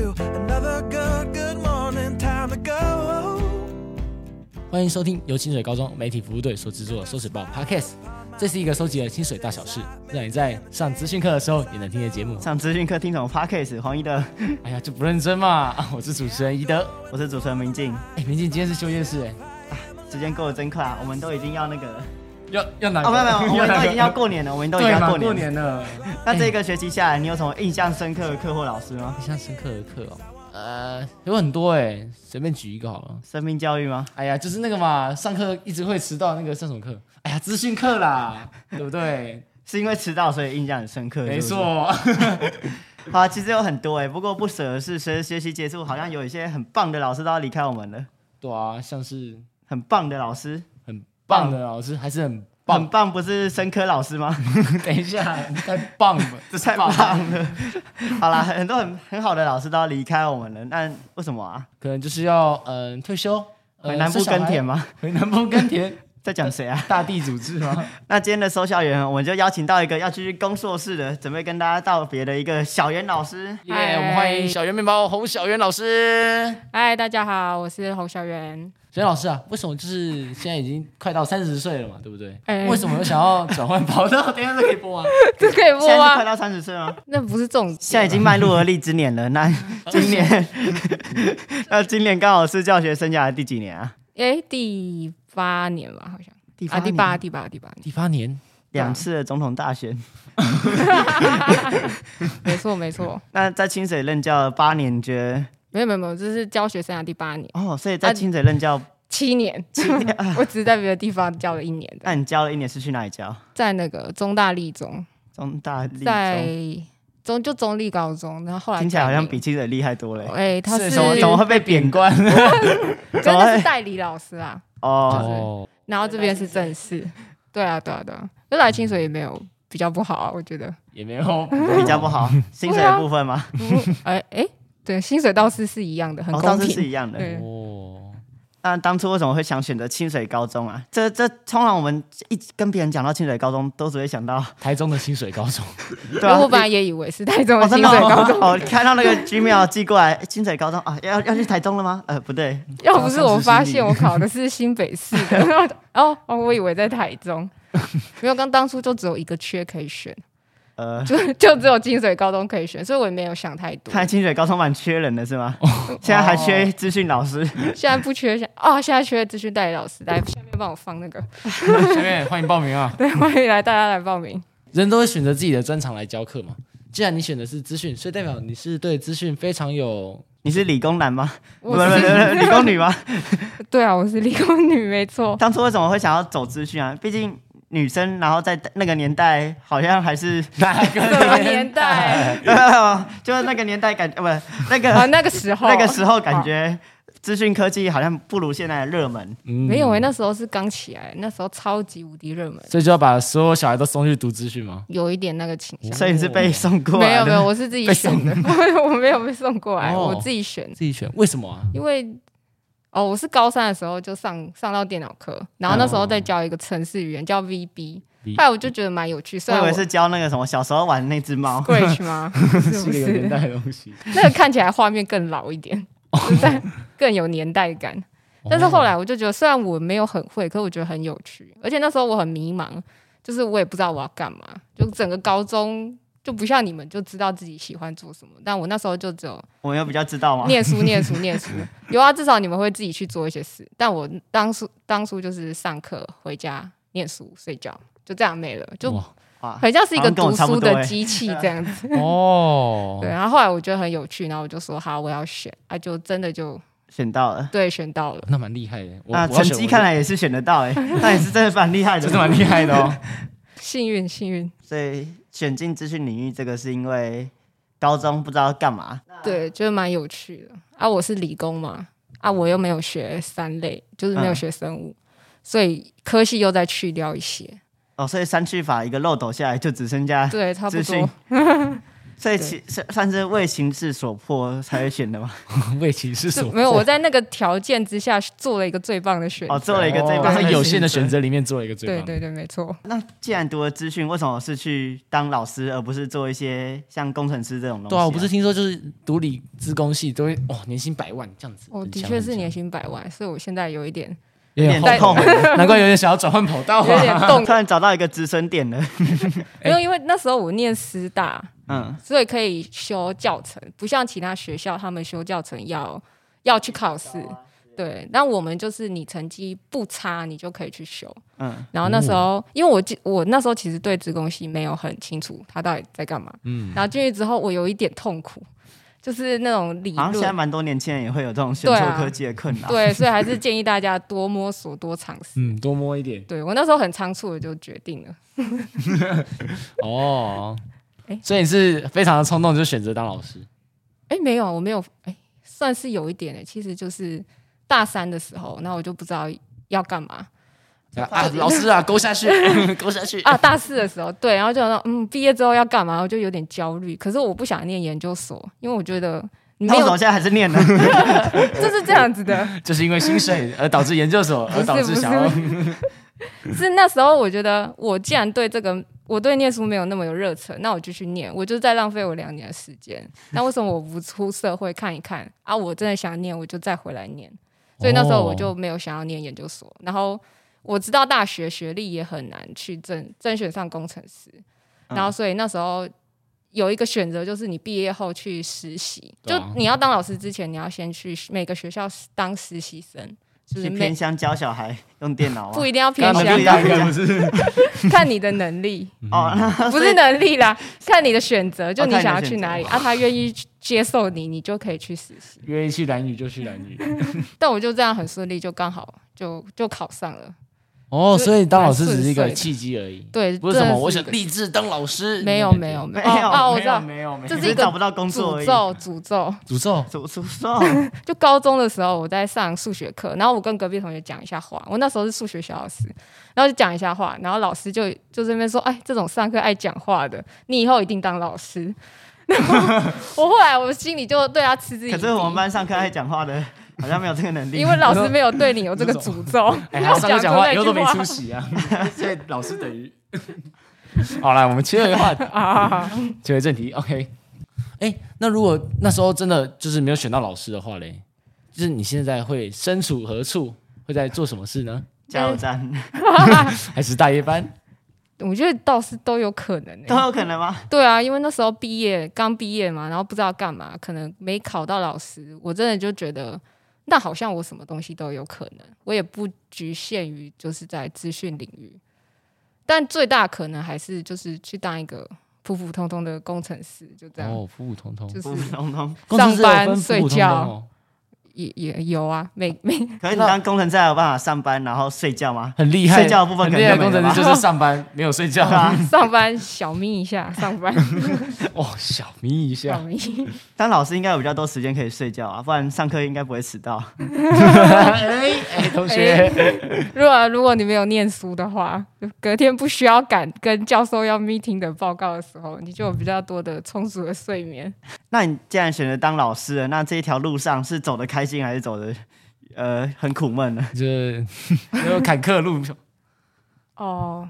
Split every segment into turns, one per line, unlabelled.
Another good, good morning, time to go.
欢迎收听由清水高中媒体服务队所制作的《收水报》Podcast，这是一个收集了清水大小事，让你在上资讯课的时候也能听的节目。
上资讯课听懂 Podcast，黄一德，
哎呀，就不认真嘛！ 啊我是主持人宜德。
我是主持人明静。
哎，明静今天是休业式，哎，
时间过得真快啊，我们都已经要那个
要 要哪
哦，没有没有，我们都已经要过年了，我们都已经要过年。
了。
那这个学期下来，你有什么印象深刻的课或老师吗？
印象深刻的课哦，呃，有很多哎，随便举一个好了。
生命教育吗？
哎呀，就是那个嘛，上课一直会迟到那个上什么课？哎呀，资讯课啦， 对不对？
是因为迟到所以印象很深刻。
没
是不是。
错，
好啊，其实有很多哎、不过不舍的是，随着学习结束，好像有一些很棒的老师都要离开我们了。
对啊，像是
很棒的老师，
很棒的老师，还是很棒
很棒，不是生科老师吗？
等一下，太棒了，这
太棒！了！ 好啦，很多很很好的老师都要离开我们了，那为什么啊？
可能就是要嗯、退休，呃
回南部耕田，吗？
生小孩回南部耕田，
在讲谁啊？
大地组 织吗？
那今天的收校园，我们就邀请到一个要去攻硕士的，准备跟大家道别的一个小袁老师。
耶、
嗨
我们欢迎小圆面包洪小圆老师。
嗨，大家好，我是侯小 媛。
小圆老师啊，为什么就是现在已经快到三十岁了嘛，对不对？
哎
为什么又想要转换跑道？等一下这可以 播啊。
这可以
现在
播
是快
吗？
到三十岁吗？
那不是重
现在已经迈入而立之年了， 那今年， 那今年刚好是教学生涯的第几年啊？
哎，第八年吧，好像
第
啊，第八，第八，第 八年，
第八年，
两次的总统大选。
没错，没错，
那在清水任教八年，你觉得
没有，没有，没有，这是教学生涯第八年，
哦，所以在清水任教，
七年， 我只是在别的地方教了一年的，
那你教了一年是去哪里教？
在那个中大立中，
中大立
在
中，
中就中立高中，然后后来
听起来好像
改
比
名
清水厉害多了。
哎，他是
是
怎么怎么会被贬官？怎么
真的
会
是？代理老师啊，
哦，
哦，
然后这边是正 式，对啊，对啊，对啊，就来清水也没有比较不好啊，我觉得。
也没有。
比较不
啊
好，薪水的部分吗？
哎哎，对，薪水倒是是一样的，很
哦，
公
当时是
平。
一样的。
对
哦，
嗯那当初为什么会想选择清水高中啊？这这通常我们一跟别人讲到清水高中，都只会想 到
台中的清水高中，
对啊。
我本来也以为是台中
哦
的
真
薪
的
水 高
哦
中，
哦，看到那个 Gmail 寄过来，诶清水高中啊，要要去台中了吗？呃，不对，
要不是我发现我考的是新北市的，然后 哦哦，我以为在台中，没有，刚当初就只有一个缺可以选，
呃，
就就只有清水高中可以选，所以我也没有想太多
看。来清水高中蛮缺人的是吗？
哦
现在还缺资讯老师，
现在不缺想啊、现在缺资讯代理老师，来下面帮我放那个，
下面欢迎报名啊。
对，欢迎来大家来报名。
人都会选择自己的专长来教课嘛。既然你选的是资讯，所以代表你是对资讯非常有
你是理工男吗？不不
我
不，
是
不理工女吗？
对啊，我是理工女，没 错。
当初为什么会想要走资讯啊？毕竟女生，然后在那个年代好像还是，
哪个
什么年代？
就是那个年代感，呃，不，那个
啊，那个时候，
那个时候感觉资讯科技好像不如现在的热门。
嗯
没有哎、那时候是刚起来，那时候超级无敌热门，
所以就要把所有小孩都送去读资讯吗？
有一点那 个
嗯
倾向。
所以你是被送过
没
来
有
的，
没 有，我是自己选的， 我没有被送过来，
哦
我自己选，
自己选？为什么啊？
因为哦，我是高三的时候就上上到电脑课，然后那时候在教一个程式语言叫 VB，
V-
后来我就觉得蛮有趣，虽
我以
然
为
我
是教那个什么小时候玩那只猫。
Scratch 吗？是不是？
代的东西。
那个看起来画面更老一点，
哦
就是在更有年代感。但是后来我就觉得，虽然我没有很会，可我觉得很有趣，而且那时候我很迷茫，就是我也不知道我要干嘛，就整个高中。就不像你们就知道自己喜欢做什么，但我那时候就只有
我们有比较知道吗？
念书，念书，念书。有啊，至少你们会自己去做一些事。但我当初当初就是上课、回家、念书、睡觉，就这样没了，就
哇
哇，
很像是一
好
个
像跟我
读
差不
书
多
的
欸
机器这样子。
哦，
对，然后后来我觉得很有趣，然后我就说好，我要选，啊，就真的就
选到了。
对选到了。
那蛮厉害的。我
那成绩看，来也是选得到哎、 那也是真的蛮厉害的，
真的蛮厉害的哦。
幸运，幸运，
所以选进资讯领域这个是因为高中不知道干嘛，
对，就是蛮有趣的。啊，我是理工嘛，啊，我又没有学三类，就是没有
嗯
学生物，所以科系又再去掉一些，
哦，所以删去法一个漏斗下来就只剩下
对，差不
资讯
多。
所以其算算是为情势所迫才会选的嘛。
为情是什
就
么？
没有我在那个条件之下做了一个最棒的选择。
哦，做了一个这一
在
棒
很有限的选
择。
择里面做了一个最
对
棒的。
对对，没错。
那既然读了资讯，为什么是去当老师，而不是做一些像工程师这种东西、
对啊，我不是听说就是读理资工系都会哇年薪百万这样子，
我
很
的
强
确
很
是
强
年薪百万，所以我现在有一点
有
有
点
点
后痛，
后悔，
难怪有点想要转换跑道
有
啊。
点动
突然找到一个止损点了。
没有，因为那时候我念师大，
嗯，
所以可以修教程，不像其他学校他们修教程要要去考试。
啊
对，那我们就是你成绩不差，你就可以去修。
嗯，
然后那时候，因为我记我那时候其实对职工系没有很清楚他到底在干嘛。
嗯，
然后进去之后，我有一点痛苦，就是那种理
好像现在
论。
蛮多年轻人也会有这种选
对
错
啊
科技的困扰。
对，所以还是建议大家多摸索、多尝试。
嗯，多摸一点
对我那时候很仓促的就决定了。
哦
哎。
所以你是非常的冲动，就选择当老师。
哎，没有，我没有，哎，算是有一点哎，其实就是大三的时候，那我就不知道要干嘛
啊，老师啊，勾下去，勾下去
啊。大四的时候，对，然后就想到，嗯，毕业之后要干嘛，我就有点焦虑。可是我不想念研究所，因为我觉得
那
没
为什
有
么，现在还是念呢？
就是这样子的，
就是因为薪水而导致研究所，而导致想要
不是那时候我觉得，我既然对这个，我对念书没有那么有热忱，那我就去念，我就在浪费我两年的时间。那为什么我不出社会看一看啊？我真的想念，我就再回来念。所以那时候我就
哦
没有想要念研究所。然后我知道大学学历也很难去甄甄选上工程师，
嗯
然后所以那时候。有一个选择就是你毕业后去实习，
对
就
啊
你要当老师之前，你要先去每个学校当实习生，就是
去
每
偏乡教小孩用电脑啊
不？一定要偏
刚
向
刚不一样，刚刚不是
看你的能力，
哦，那
不是能力啦，看你的选择，就你想要去哪里
哦
啊，他愿意接受你，你就可以去实习。
愿意去蓝屿就去蓝屿。
但我就这样很顺利，就刚好就就考上了。
哦，所以当老师只是一
蛮顺遂
个
的
契机而已，
对，
不是什
真
么
的
我
是
想立志当老师。
没有没有没
没
有哦哦，
有，
我
没
知道
有，没有，没有
这
只
是一
是
个
找不到工作而
诅
已。
咒诅咒。
诅咒
诅 诅咒，
就高中的时候，我在上数学课，然后我跟隔壁同学讲一下话，我那时候是数学小老师，然后就讲一下话，然后老师就就这边说，哎，这种上课爱讲话的，你以后一定当老师。 然后我后来我心里就对他嗤之以鼻，
可是我们班上课爱讲话的，好像没有这个能力。
因为老师没有对你 有这个诅咒，
哎，他上课讲 话以后都没出
息
息啊，所以老师等于。好啦，我们切回话题，
啊。
切回正题。OK，哎、那如果那时候真的就是没有选到老师的话嘞，就是你现在会身处何处，会在做什么事呢？
加油站
还是大夜班？
我觉得倒是都有可能、
都
欸，
有可能吗？
对啊，因为那时候毕业刚毕业嘛，然后不知道干嘛，可能没考到老师，我真的就觉得那好像我什么东西都有可能，我也不局限于就是在资讯领域，但最大可能还是就是去当一个普普通通的工程师，就这样，
哦，普普通通，
就是
普普通通。
公司是有分
上班睡
普普通通
觉
哦
也也有啊，每每
可是你当工程师还有办法上班，然后睡觉吗？
很厉害。
睡觉的部分
很
可
厉
能
害
就
的
没
工程
了吧
师就是上 班没有睡觉。
啊
上班小眯一下，上班
哦，小眯一
小
下，
眯。
当老师应该有比较多时间可以睡觉啊，不然上课应该不会迟到。
哎 哎， 同学，
如果如果你没有念书的话，就隔天不需要赶跟教授要 meeting 的报告的时候，你就有比较多的充足的睡眠。
那你既然选择当老师了，那这一条路上是走的开心还是走的呃很苦闷呢？
就是有坎坷路，
哦，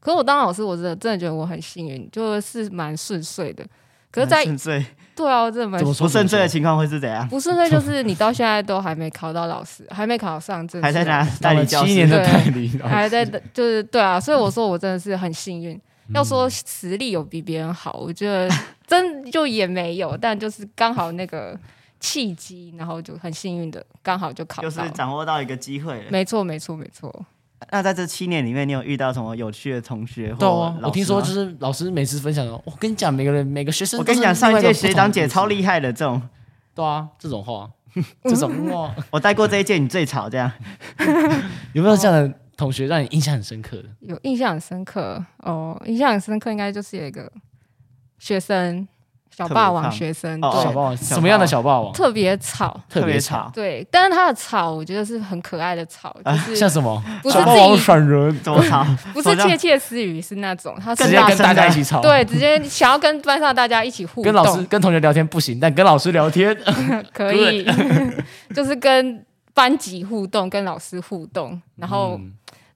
可我当老师，我真的真的觉得我很幸运，就是蛮顺遂的。可 是在，
很顺遂，
对啊，我真的蛮
怎么说
不顺遂的
怎么说
情况会是怎样？
不顺遂，就是你到现在都还没考到老师，还没考上正式，
还在拿代理教
七
师
年？的
对
代理，
还在就是对啊，所以我
嗯
说我真的是很幸运。要说实力有比别人好，我觉得真就也没有，但就是刚好那个契机，然后就很幸运的刚好就考
就
到
是。掌握到一个机会了。
没错，没错，没错。
那在这七年里面，你有遇到什么有趣的同学
对
或
啊，
老
我
师
听说
吗
就是老师每次分享的，我跟你讲，每个人每个学生，
我跟你讲，上一
哦
届学长姐超厉害的，这种
害，对啊，这种 话，这种哇，
我带过这一届你最吵这样。
有没有这样的同学让你印象很深刻的？
有印象很深刻哦，印象很深刻，应该就是有一个学生，小霸
特别
王
胖
学生，
哦
对，
小霸王什么样的小霸王？
特别吵，
特
别
别，
吵，
对，但是他的吵，我觉得是很可爱的吵，就是
啊像什么？
不是
小霸
自己
王闪人，
怎么吵？
不
什么
是
叫
窃窃私语，是那种他
直
是
接
大
跟
声
大家
的
一起吵。，
对，直接想要跟班上大家一起互
跟
动，
老师跟同学聊天不行，但跟老师聊天
可以， 就是跟班级互动，跟老师互动，然后。
嗯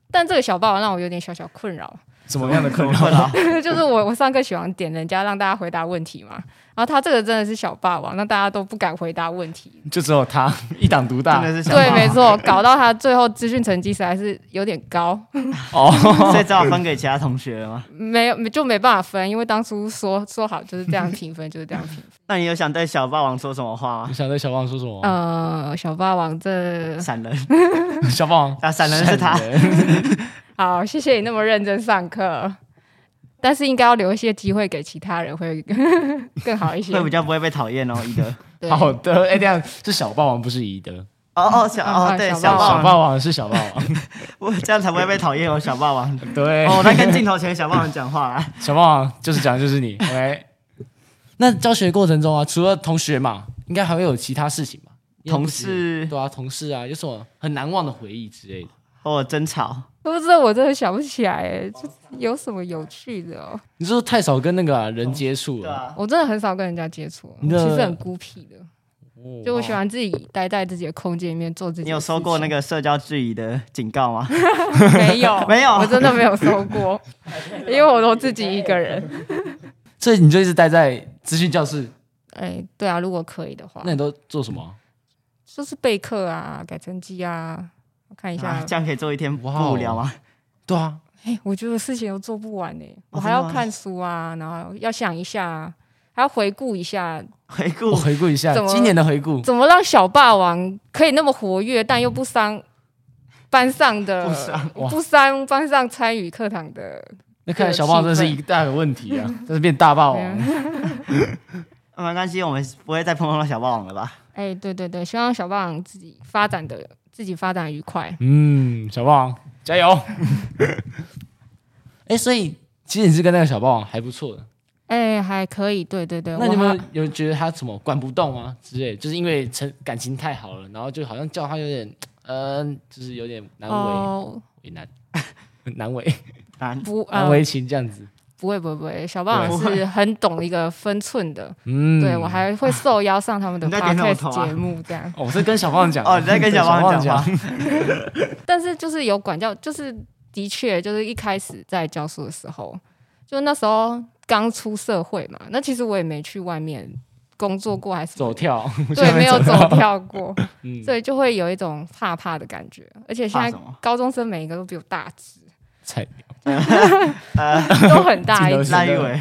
但这个小霸王让我有点小小困扰，
什么样的
怎
困
么
扰？
扰？
就是我我上课喜欢点人家让大家回答问题嘛，然后他这个真的是小霸王，让大家都不敢回答问题，
就只有他一党独
真
大
的是想
对，没错，搞到他最后资讯成绩实在是有点高，
哦。
所以只好分给其他同学了吗？
没有就没办法分，因为当初说说好就是这样评分，就是这样评分。
那你有想对小霸王说什么话
你
吗？
想对小霸王说什么？哦
呃，小霸王这
闪人，
嗯
小霸王，
啊，闪人是他，
好，谢谢你那么认真上课，但是应该要留一些机会给其他人会 更好一 些
会。比较不会被讨厌哦，一个。
对，
好的，哎，这样是小霸王，不是宜德。
哦哦，小哦对，
嗯小
小
霸
小
霸
霸
王，
王是小霸王，
我这样才不会被讨厌哦，小霸王。
对，
哦，我在跟镜头前小霸王讲话啊啦。
小霸王就是讲的就是你。OK，那教学过程中啊，除了同学嘛，应该还会有其他事情吧？
同事
对啊，同事啊，有什么很难忘的回忆之类的？
和我争哦吵，
不知道我真的想不起来，哎就有什么有趣的哦？
你是不是太少跟那个啊、人接触
对
了？
啊，
我真的很少跟人家接触，我
你的
其实很孤僻的，
哦
啊就我喜欢自己待在自己的空间里面做自己。
你有收 过那？个社交距离的警告吗？
没有
，没有
我真的没有收 过，因为我都自己一个人。
所以你就一直待在资讯教室，
哎，对啊，如果可以的话
那，你都做什么啊？
就是备课啊，改成绩啊，我看一下。
啊这样可以做一天不
哇哦
无聊吗？
对啊，
哎，我觉得事情都做不完呢、欸我
哦
还
真的
要
吗
看书啊，然后要想一下啊，还要回顾一下，
回
我
顾
哦回顾一下
怎么
今年的回顾，
怎么让小霸王可以那么活跃，但又不伤班上的
不伤
哇
不伤班上参与课堂的。
那看来小霸王真的是一大个问题 啊，但是变大霸王。
嗯
没关系，我们不会再碰到小霸王了吧？
哎，对对对，希望小霸王自己发展的自己发展得愉快。
嗯，小霸王加 油！哎，所以其实你是跟那个小霸王还不错的，
哎，还可以，对对对，
那你
我还
们有觉得他怎么管不动吗？之类，就是因为成感情太好了，然后就好像叫他有点，呃，就是有点难为
哦
为难。 难为
难，
不
难
呃
为情这样子，
不会不会不会，小霸
对
王
不会
是很懂一个分寸的。
嗯，
对我还会受邀上他们的
你在点什么
podcast
头啊
节目这样。
哦，我是跟小霸王讲的
哦你在跟
对
小 霸王
小
讲话
但是就是有管教，就是的确就是一开始在教书的时候，就那时候刚出社会嘛，那其实我也没去外面工作过，还是
走 跳，
对，没有走跳过，
嗯，
所以就会有一种怕怕的感觉。而且现
怕
在
什么？
高中生每一个都比我大 只，
菜
呃，
都很大
进
一
楼
只，
赖一伟，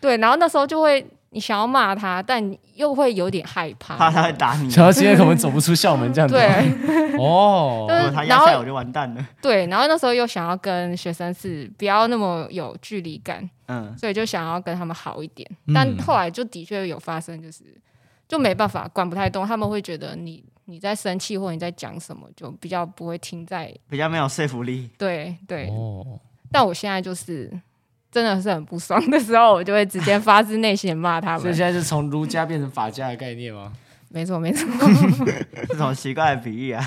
对，然后那时候就会。你想要骂他，但你又会有点害怕，
怕他会打你，
想到今天可能走不出校门这样子，
对，
哦，
对
如果他压下
然
来
后
我就完蛋了。
对，然后那时候又想要跟学生是不要那么有距离感，
嗯，
所以就想要跟他们好一点。
嗯
但后来就的确有发生，就是就没办法管不太动，他们会觉得你你在生气或你在讲什么，就比较不会听在
比较没有说服力。
对对。
哦，
但我现在就是真的是很不爽的时候，我就会直接发自内心地骂他
所以
们
现。在是从儒家变成法家的概念吗？
没错没错，
这种奇怪的比喻啊。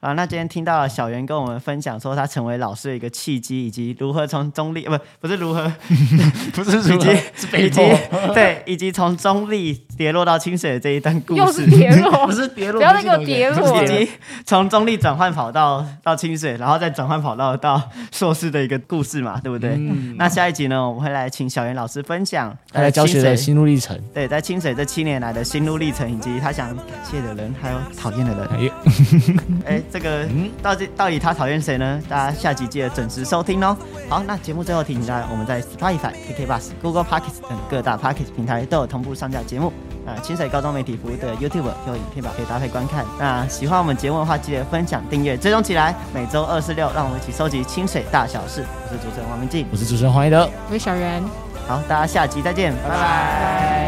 啊，那今天听到了小袁跟我们分享说他成为老师的一个契机，以及如何从中立，呃不不是如何，
不是儒
儒家
是
以
北
及
坡，
对，以及从中立跌落到清水的这一段 故
又
事，
是跌落，
是跌
不要再给我跌 落
以
了
及从中立转换跑道到清水，然后再转换跑道到硕士的一个故事嘛，对不对？
嗯
那下一集呢，我们会来请小袁老师分享
他来教学
在
的
清水
心路历程。
对，在清水这七年来的心路历程，以及他想感谢的人，还有讨厌的人。
哎呦， 嗯
哎，这个到底到底他讨厌谁呢？大家下集记得准时收听哦。好，那节目最后提醒大家，我们在 Spotify、KK Bus、Google p o d c a s t 等各大 p o d c a s t 平台都有同步上架节目。那清水高中媒体服务的 YouTube 有影片版可以搭配观看。那喜欢我们节目的话，记得分享、订阅、追踪起来。每周二、四、六，让我们一起收集清水大小事。我是主持人王明静。
我是主持人黄一德。
我是小袁。
好，大家下集再见，拜拜